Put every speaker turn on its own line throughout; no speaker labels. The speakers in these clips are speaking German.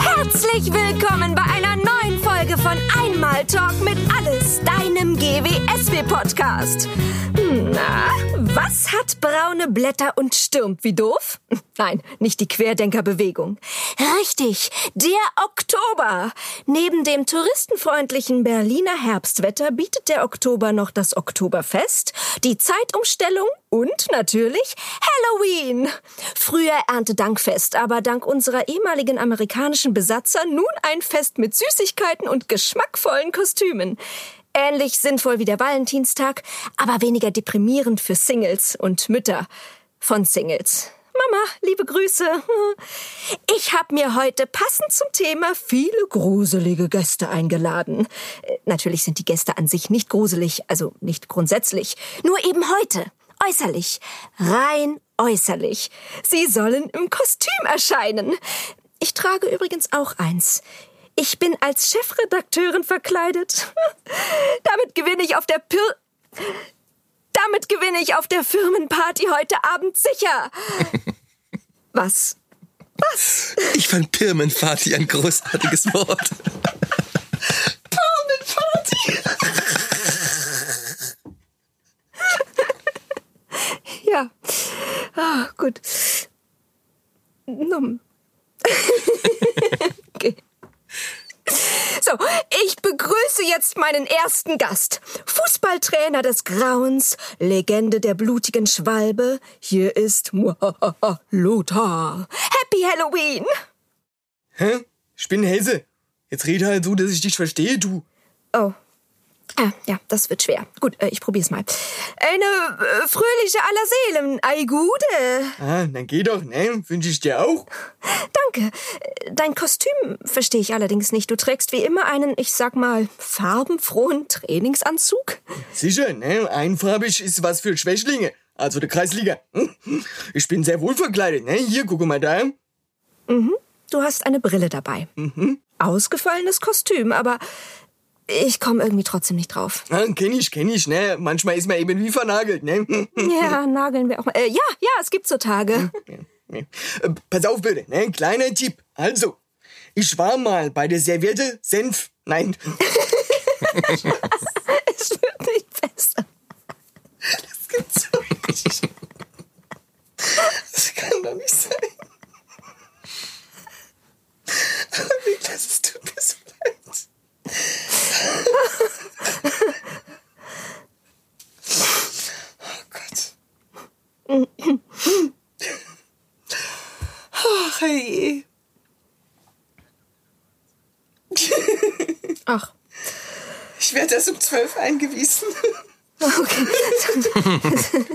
Herzlich willkommen bei einer neuen Folge von Einmal Talk mit Alles, deinem GWSW-Podcast. Na, was hat braune Blätter und stürmt wie doof? Nein, nicht die Querdenkerbewegung. Richtig, der Oktober. Neben dem touristenfreundlichen Berliner Herbstwetter bietet der Oktober noch das Oktoberfest, die Zeitumstellung und natürlich Halloween. Früher Erntedankfest, aber dank unserer ehemaligen amerikanischen Besatzer nun ein Fest mit Süßigkeiten und geschmackvollen Kostümen. Ähnlich sinnvoll wie der Valentinstag, aber weniger deprimierend für Singles und Mütter von Singles. Mama, liebe Grüße. Ich habe mir heute passend zum Thema viele gruselige Gäste eingeladen. Äh, Natürlich sind die Gäste an sich nicht gruselig, also nicht grundsätzlich. Nur eben heute. Äußerlich. Rein äußerlich. Sie sollen im Kostüm erscheinen. Ich trage übrigens auch eins. Ich bin als Chefredakteurin verkleidet. Damit gewinne ich auf der Pir damit gewinne ich auf der Firmenparty heute Abend sicher. Was? Was?
Ich fand Pirmenparty ein großartiges Wort.
Ja. Ah, gut. Numm. okay. So, ich begrüße jetzt meinen ersten Gast. Fußballtrainer des Grauens, Legende der blutigen Schwalbe. Hier ist Muahaha Lothar. Happy Halloween!
Hä? Spinnenhälse. Jetzt red halt so, dass ich dich verstehe, du.
Oh. Ah, ja, das wird schwer. Gut, äh, ich probier's mal. Eine äh, fröhliche aller Seelen, ei Gude.
Ah, dann geh doch, ne? Wünsche ich dir auch.
Danke. Äh, Dein Kostüm verstehe ich allerdings nicht. Du trägst wie immer einen, ich sag mal, farbenfrohen Trainingsanzug.
Sicher, ne? Einfarbig ist was für Schwächlinge. Also der Kreisliga. Hm? Ich bin sehr wohl verkleidet, ne? Hier, guck mal da.
Du hast eine Brille dabei. Ausgefallenes Kostüm, aber ich komme irgendwie trotzdem nicht drauf.
Ah, kenn ich, kenn ich, ne? Manchmal ist man eben wie vernagelt, ne? Hm,
Ja, nageln wir auch mal. Äh, ja, ja, es gibt so Tage.
ne. Äh, Pass auf bitte, ne? Kleiner Tipp. Also, ich war mal bei der Serviette Senf. Nein,
Es wird nicht besser.
das gibt's doch nicht. Das kann doch nicht sein. Niklas, es tut mir so leid. Oh Gott. Oh Ach, hey.
Ach,
Ich werde erst um zwölf eingewiesen.
okay.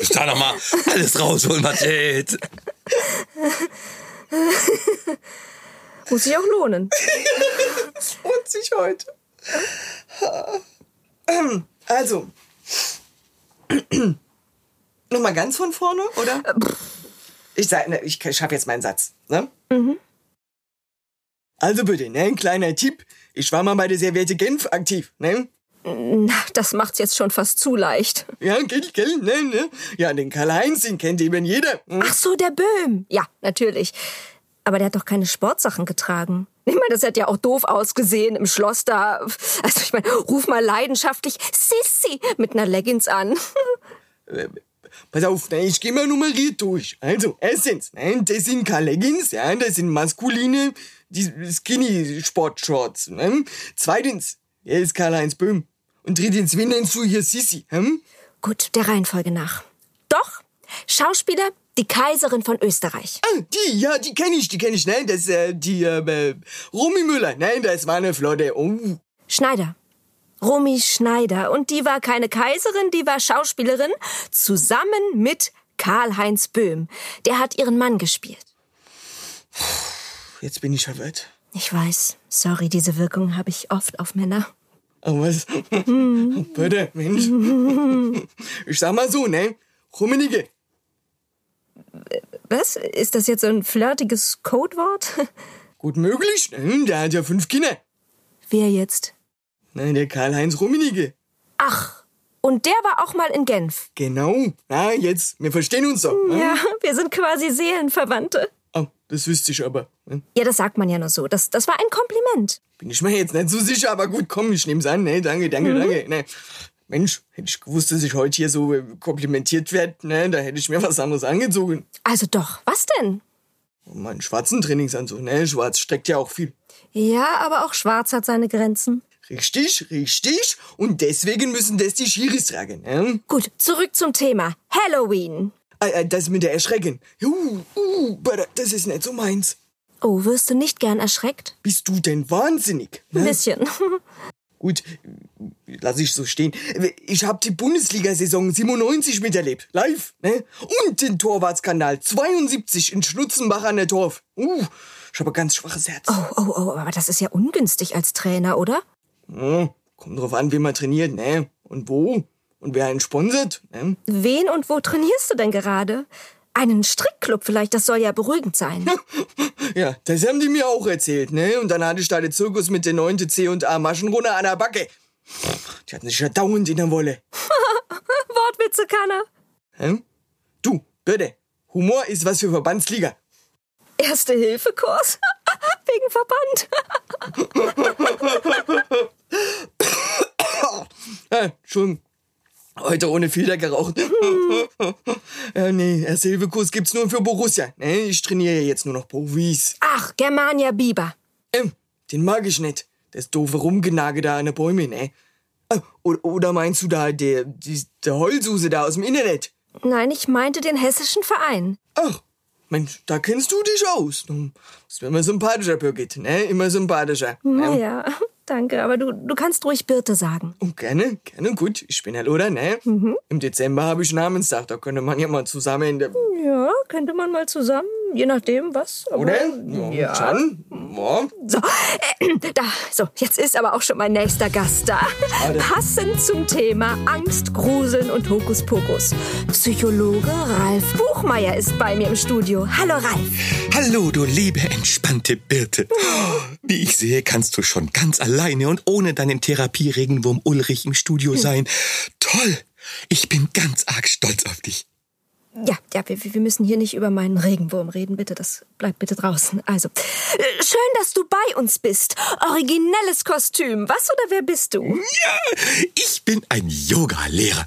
Ich da noch mal alles rausholen, was geht.
Muss sich auch lohnen.
Das lohnt sich heute. Ähm, Also. Nochmal ganz von vorne, oder? Ich, sag- ne, ich schaffe jetzt meinen Satz. Ne? Also bitte, ne, ein kleiner Tipp. Ich war mal bei der Serviette Genf aktiv. Ne?
Na, das macht's jetzt schon fast zu leicht.
Ja, gell, gell, ne, ne? Ja, den Karl-Heinz, den kennt eben jeder. Hm?
Ach so, der Böhm. Ja, natürlich. Aber der hat doch keine Sportsachen getragen. Ich meine, das hat ja auch doof ausgesehen im Schloss da. Also ich meine, ruf mal leidenschaftlich Sissi mit ner Leggings an.
Pass auf, ne, ich gehe mal nummeriert durch. Also, erstens, ne, das sind Leggings, ja, das sind maskuline die Skinny-Sportshorts. Ne? Zweitens, er ist Karl-Heinz Böhm. Und drittens, wen nennst du hier Sissi? Hm?
Gut, der Reihenfolge nach. Doch, Schauspieler, die Kaiserin von Österreich.
Ah, die, ja, die kenne ich, die kenne ich. Nein, das ist äh, die äh, äh, Romy Müller. Nein, das war eine Flotte. Oh,
Schneider. Romy Schneider. Und die war keine Kaiserin, die war Schauspielerin, zusammen mit Karl-Heinz Böhm. Der hat ihren Mann gespielt.
jetzt bin ich verwirrt.
Ich weiß, sorry, diese Wirkung habe ich oft auf Männer.
Aber Oh, was? Bitte, Mensch. Ich sag mal so, ne? Rummenige,
Was? Ist das jetzt so ein flirtiges Codewort?
gut möglich. Ne? Der hat ja fünf Kinder.
Wer jetzt?
Nein, der Karl-Heinz Rummenige.
Ach, Und der war auch mal in Genf.
Genau. Na, jetzt, wir verstehen uns doch. ne?
Ja, wir sind quasi Seelenverwandte.
Ah, das wüsste ich aber. ne?
Ja, das sagt man ja nur so. Das, das war ein Kompliment.
Bin ich mir jetzt nicht so sicher, aber gut, komm, ich nehm's an. Ne, danke, danke, danke. Ne. Mensch, hätte ich gewusst, dass ich heute hier so äh, komplimentiert werde, ne, da hätte ich mir was anderes angezogen.
Also doch, was denn?
Oh, Meinen schwarzen Trainingsanzug, ne? Schwarz steckt ja auch viel.
Ja, aber auch schwarz hat seine Grenzen.
Richtig, richtig. Und deswegen müssen das die Schiris tragen. Ne?
Gut, zurück zum Thema. Halloween.
Ah, ah, Das mit der Erschrecken. Uh, uh, aber das ist nicht so meins.
Oh, wirst du nicht gern erschreckt?
Bist du denn wahnsinnig?
Ein
Ne?
bisschen.
Gut, lass ich so stehen. Ich habe die Bundesliga-Saison 97 miterlebt, live, ne? Und den Torwartskandal 72 in Schnutzenbach an der Torf. Uh, ich habe ein ganz schwaches Herz.
Oh, oh, oh, aber das ist ja ungünstig als Trainer, oder?
Ja, kommt drauf an, wie man trainiert, ne? Und wo? Und wer einen sponsert, ne?
Wen und wo trainierst du denn gerade? Einen Strickclub vielleicht, das soll ja beruhigend sein.
Ja, das haben die mir auch erzählt, ne? Und dann hatte ich da den Zirkus mit der 9. C und A Maschenrunner an der Backe. Die hatten sich ja dauernd in der Wolle.
Wortwitze kann er.
Hm? Du, bitte. Humor ist was für Verbandsliga.
Erste-Hilfe-Kurs? Wegen Verband.
Ah, schon heute ohne Filter geraucht. äh, nee, Erste-Hilfe-Kurs gibt's nur für Borussia. Ne? Ich trainiere ja jetzt nur noch Profis.
Ach, Germania Bieber.
Ähm, den mag ich nicht. Das doofe Rumgenage da an den Bäumen, ne? Ah, o- Oder meinst du da der, die, der Heulsuse da aus dem Internet?
Nein, ich meinte den hessischen Verein.
Ach, Mensch, da kennst du dich aus. Du bist mir immer sympathischer, Birgit, ne? Immer sympathischer.
Naja, danke, aber du, du kannst ruhig Birte sagen.
Oh, gerne, gerne, gut. Ich bin der Loder, ne? Im Dezember habe ich Namenstag, da könnte man ja mal zusammen in der...
Ja, könnte man mal zusammen, je nachdem was. aber-
Oder? Ja. Ne? Schon? Ja.
So, äh, da, so, jetzt ist aber auch schon mein nächster Gast da. Passend zum Thema Angst, Gruseln und Hokuspokus. Psychologe Ralf Buchmeier ist bei mir im Studio. Hallo Ralf.
Hallo, du liebe, entspannte Birte. Wie ich sehe, kannst du schon ganz alleine und ohne deinen Therapieregenwurm Ulrich im Studio sein. Toll! Ich bin ganz arg stolz auf dich.
Ja, ja, wir, wir müssen hier nicht über meinen Regenwurm reden, bitte. Das bleibt bitte draußen. Also, äh, schön, dass du bei uns bist. Originelles Kostüm. Was oder wer bist du?
Ja, ich bin ein Yoga-Lehrer.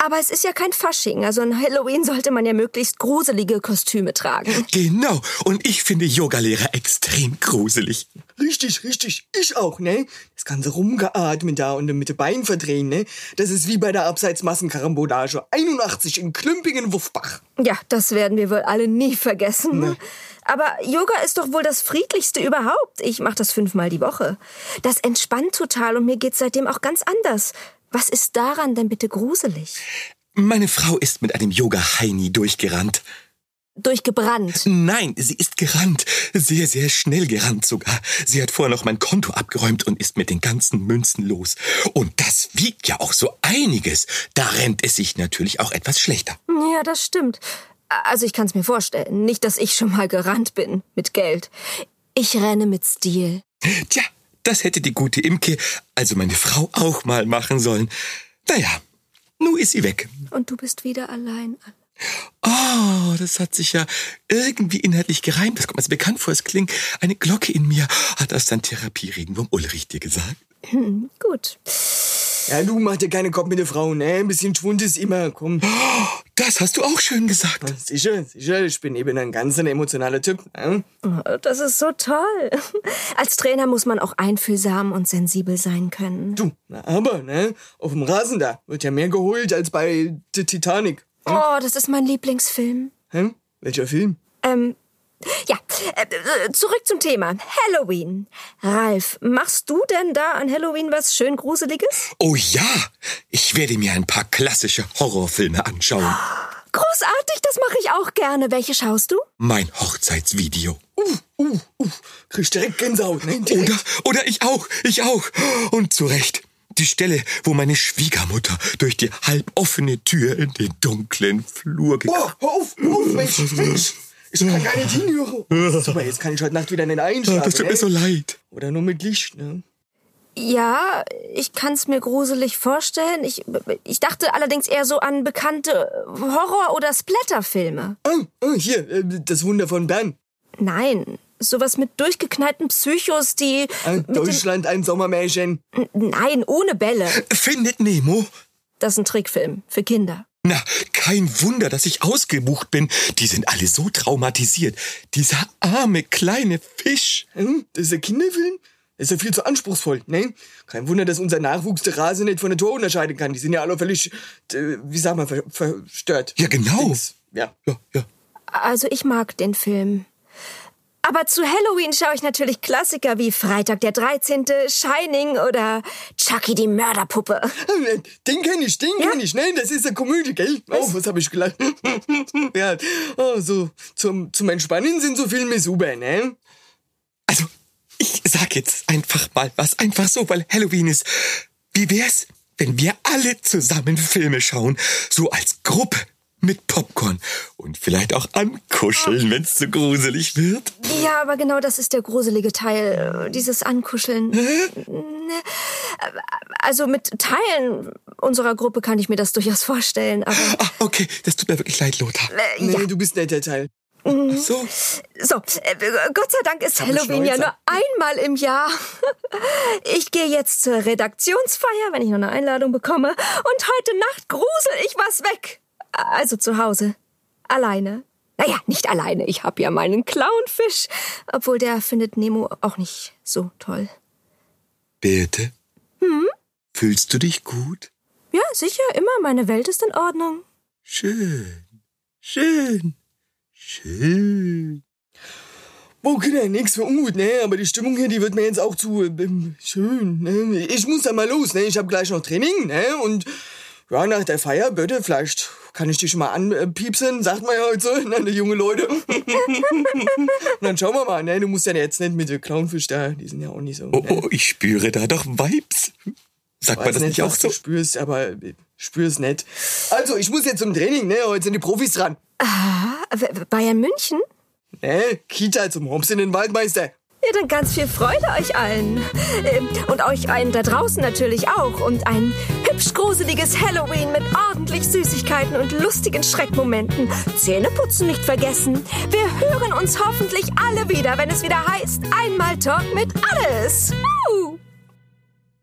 Aber es ist ja kein Fasching, also an Halloween sollte man ja möglichst gruselige Kostüme tragen.
Genau. Und ich finde Yogalehrer extrem gruselig.
Richtig, richtig. Ich auch, ne? Das ganze Rumgeatmen da und dann mit den Beinen verdrehen, ne? Das ist wie bei der Abseitsmassenkarambolage 81 in Klümpingen Wuffbach.
Ja, das werden wir wohl alle nie vergessen. Aber Yoga ist doch wohl das friedlichste überhaupt. Ich mache das fünfmal die Woche. Das entspannt total und mir geht's seitdem auch ganz anders. Was ist daran denn bitte gruselig?
Meine Frau ist mit einem Yoga-Heini durchgerannt.
Durchgebrannt.
Nein, sie ist gerannt. Sehr, sehr schnell gerannt sogar. Sie hat vorher noch mein Konto abgeräumt und ist mit den ganzen Münzen los. Und das wiegt ja auch so einiges. Da rennt es sich natürlich auch etwas schlechter.
Ja, das stimmt. Also ich kann's mir vorstellen. Nicht, dass ich schon mal gerannt bin mit Geld. Ich renne mit Stil.
Tja, das hätte die gute Imke, also meine Frau, auch mal machen sollen. Naja, nun ist sie weg.
Und du bist wieder allein.
Oh, das hat sich ja irgendwie inhaltlich gereimt. Das kommt mir so bekannt vor, es klingt eine Glocke in mir, hat das dein Therapieregenwurm Ulrich dir gesagt.
Gut.
Ja, du mach dir keine Kopf mit der Frau, ne? Ein bisschen Schwund ist immer, komm.
Das hast du auch schön gesagt.
Sicher, sicher, ich bin eben ein ganz ein emotionaler Typ. Ne?
Das ist so toll. Als Trainer muss man auch einfühlsam und sensibel sein können.
Du, na, aber, ne? Auf dem Rasen da wird ja mehr geholt als bei der Titanic.
Oh, das ist mein Lieblingsfilm.
Hä? Welcher Film?
Ähm, ja, äh, äh, zurück zum Thema. Halloween. Ralf, machst du denn da an Halloween was schön Gruseliges?
Oh ja, ich werde mir ein paar klassische Horrorfilme anschauen.
Großartig, das mache ich auch gerne. Welche schaust du?
Mein Hochzeitsvideo.
Uff, uff, uff. Kriegst direkt Gänsehaut, ne? Direkt.
Oder, oder ich auch, ich auch. Und zu Recht. Die Stelle, wo meine Schwiegermutter durch die halboffene Tür in den dunklen Flur gekommen
Boah, hör auf, hör auf, Mensch, Mensch. Ich kann gar nicht
Oh,
hinhören. Super, jetzt kann ich heute Nacht wieder nicht einschlafen.
Das tut mir
ne?
so leid.
Oder nur mit Licht, ne?
Ja, ich kann's mir gruselig vorstellen. Ich, ich dachte allerdings eher so an bekannte Horror- oder Splatterfilme.
Oh, oh, hier, äh, das Wunder von Bern.
Nein, sowas mit durchgeknallten Psychos, die...
Äh,
mit dem-
Deutschland ein Sommermärchen.
Nein, ohne Bälle.
Findet Nemo?
Das ist ein Trickfilm für Kinder.
Na, kein Wunder, dass ich ausgebucht bin. Die sind alle so traumatisiert. Dieser arme kleine Fisch.
Hm, das ist ein Kinderfilm? Das ist ja viel zu anspruchsvoll, ne? Kein Wunder, dass unser Nachwuchs der Rase nicht von der Tour unterscheiden kann. Die sind ja alle völlig, äh, wie sag man, ver verstört.
Ja, genau.
Dings. Ja.
Ja, ja.
Also ich mag den Film. Aber zu Halloween schaue ich natürlich Klassiker wie Freitag der 13., Shining oder Chucky die Mörderpuppe.
Äh, Den kenn ich, den kenn ich. Nein, das ist eine Komödie, gell? Oh, was hab ich gelacht? ja, oh, so, zum, zum Entspannen sind so Filme super, ne?
Also, ich sag jetzt einfach mal was, einfach so, weil Halloween ist. Wie wär's, wenn wir alle zusammen Filme schauen? So als Gruppe mit Popcorn und vielleicht auch ankuscheln, wenn's zu gruselig wird.
Ja, aber genau das ist der gruselige Teil, äh, dieses Ankuscheln. Ne, Also mit Teilen unserer Gruppe kann ich mir das durchaus vorstellen, aber
Ah, okay, das tut mir wirklich leid, Lothar.
äh,
Nee,
ja,
du bist nicht der Teil.
So,
so. äh, Gott sei Dank ist
Hab ich
Halloween ja
Schnauze.
nur einmal im Jahr. Ich gehe jetzt zur Redaktionsfeier, wenn ich noch eine Einladung bekomme, und heute Nacht grusel ich was weg. Also zu Hause. Alleine. Naja, nicht alleine. Ich hab ja meinen Clownfisch. Obwohl der findet Nemo auch nicht so toll.
Birte? Hm? Fühlst du dich gut?
Ja, sicher, immer. Meine Welt ist in Ordnung.
Schön, schön, schön.
Wo Kinder, nix für Unmut, ne? Aber die Stimmung hier, die wird mir jetzt auch zu ähm, schön, ne? Ich muss da mal los, ne? Ich hab gleich noch Training, ne? Und ja, nach der Feier, bitte, vielleicht kann ich dich mal anpiepsen, sagt man ja heute so, ne, die junge Leute. Und dann schauen wir mal, ne? Du musst ja jetzt nicht mit dem Clownfisch da, die sind ja auch nicht so.
Oh,
ne?
oh, ich spüre da doch Vibes. Sagt man
Weiß
das nicht auch
was
so?
du spürst, aber äh, spür's nicht. Also, ich muss jetzt zum Training, ne? Heute sind die Profis dran.
Ah, w- Bayern München?
Ne? Kita zum Hops in den Waldmeister.
Ja, dann ganz viel Freude euch allen. Ähm, Und euch allen da draußen natürlich auch. Und ein hübsch gruseliges Halloween mit ordentlich Süßigkeiten und lustigen Schreckmomenten. Zähneputzen nicht vergessen. Wir hören uns hoffentlich alle wieder, wenn es wieder heißt, einmal Talk mit alles. Woo!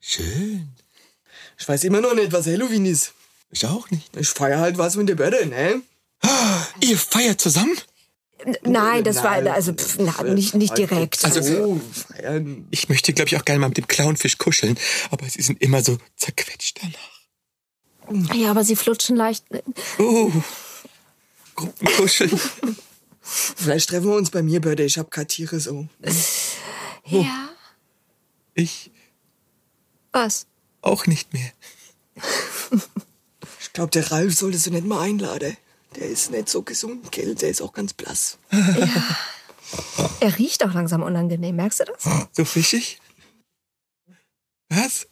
Schön.
Ich weiß immer noch nicht, was Halloween ist.
Ich auch nicht.
Ich feier halt was mit der Börde, ne?
Ihr feiert zusammen?
N- Nein, das
Nein.
war also pf, na, nicht, nicht direkt.
Also,
äh,
so, feiern.
Ich möchte, glaube ich, auch gerne mal mit dem Clownfisch kuscheln, aber sie sind immer so zerquetscht danach.
Ja, aber sie flutschen leicht.
Oh, Gruppenkuscheln.
Vielleicht treffen wir uns bei mir, Börde. Ich hab grad Tiere so.
Ja.
Ich
Was?
auch nicht mehr.
Ich glaub, der Ralf solltest du nicht mal einladen. Der ist nicht so gesund, gell? Der ist auch ganz blass.
Er riecht auch langsam unangenehm, merkst du das?
So fischig? Was?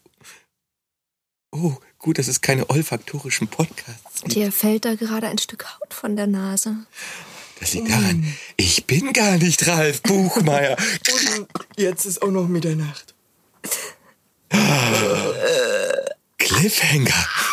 Oh, gut, dass es keine olfaktorischen Podcasts gibt.
Dir fällt da gerade ein Stück Haut von der Nase.
Das liegt daran, ich bin gar nicht Ralf Buchmeier.
Und jetzt ist auch noch Mitternacht.
Cliffhanger.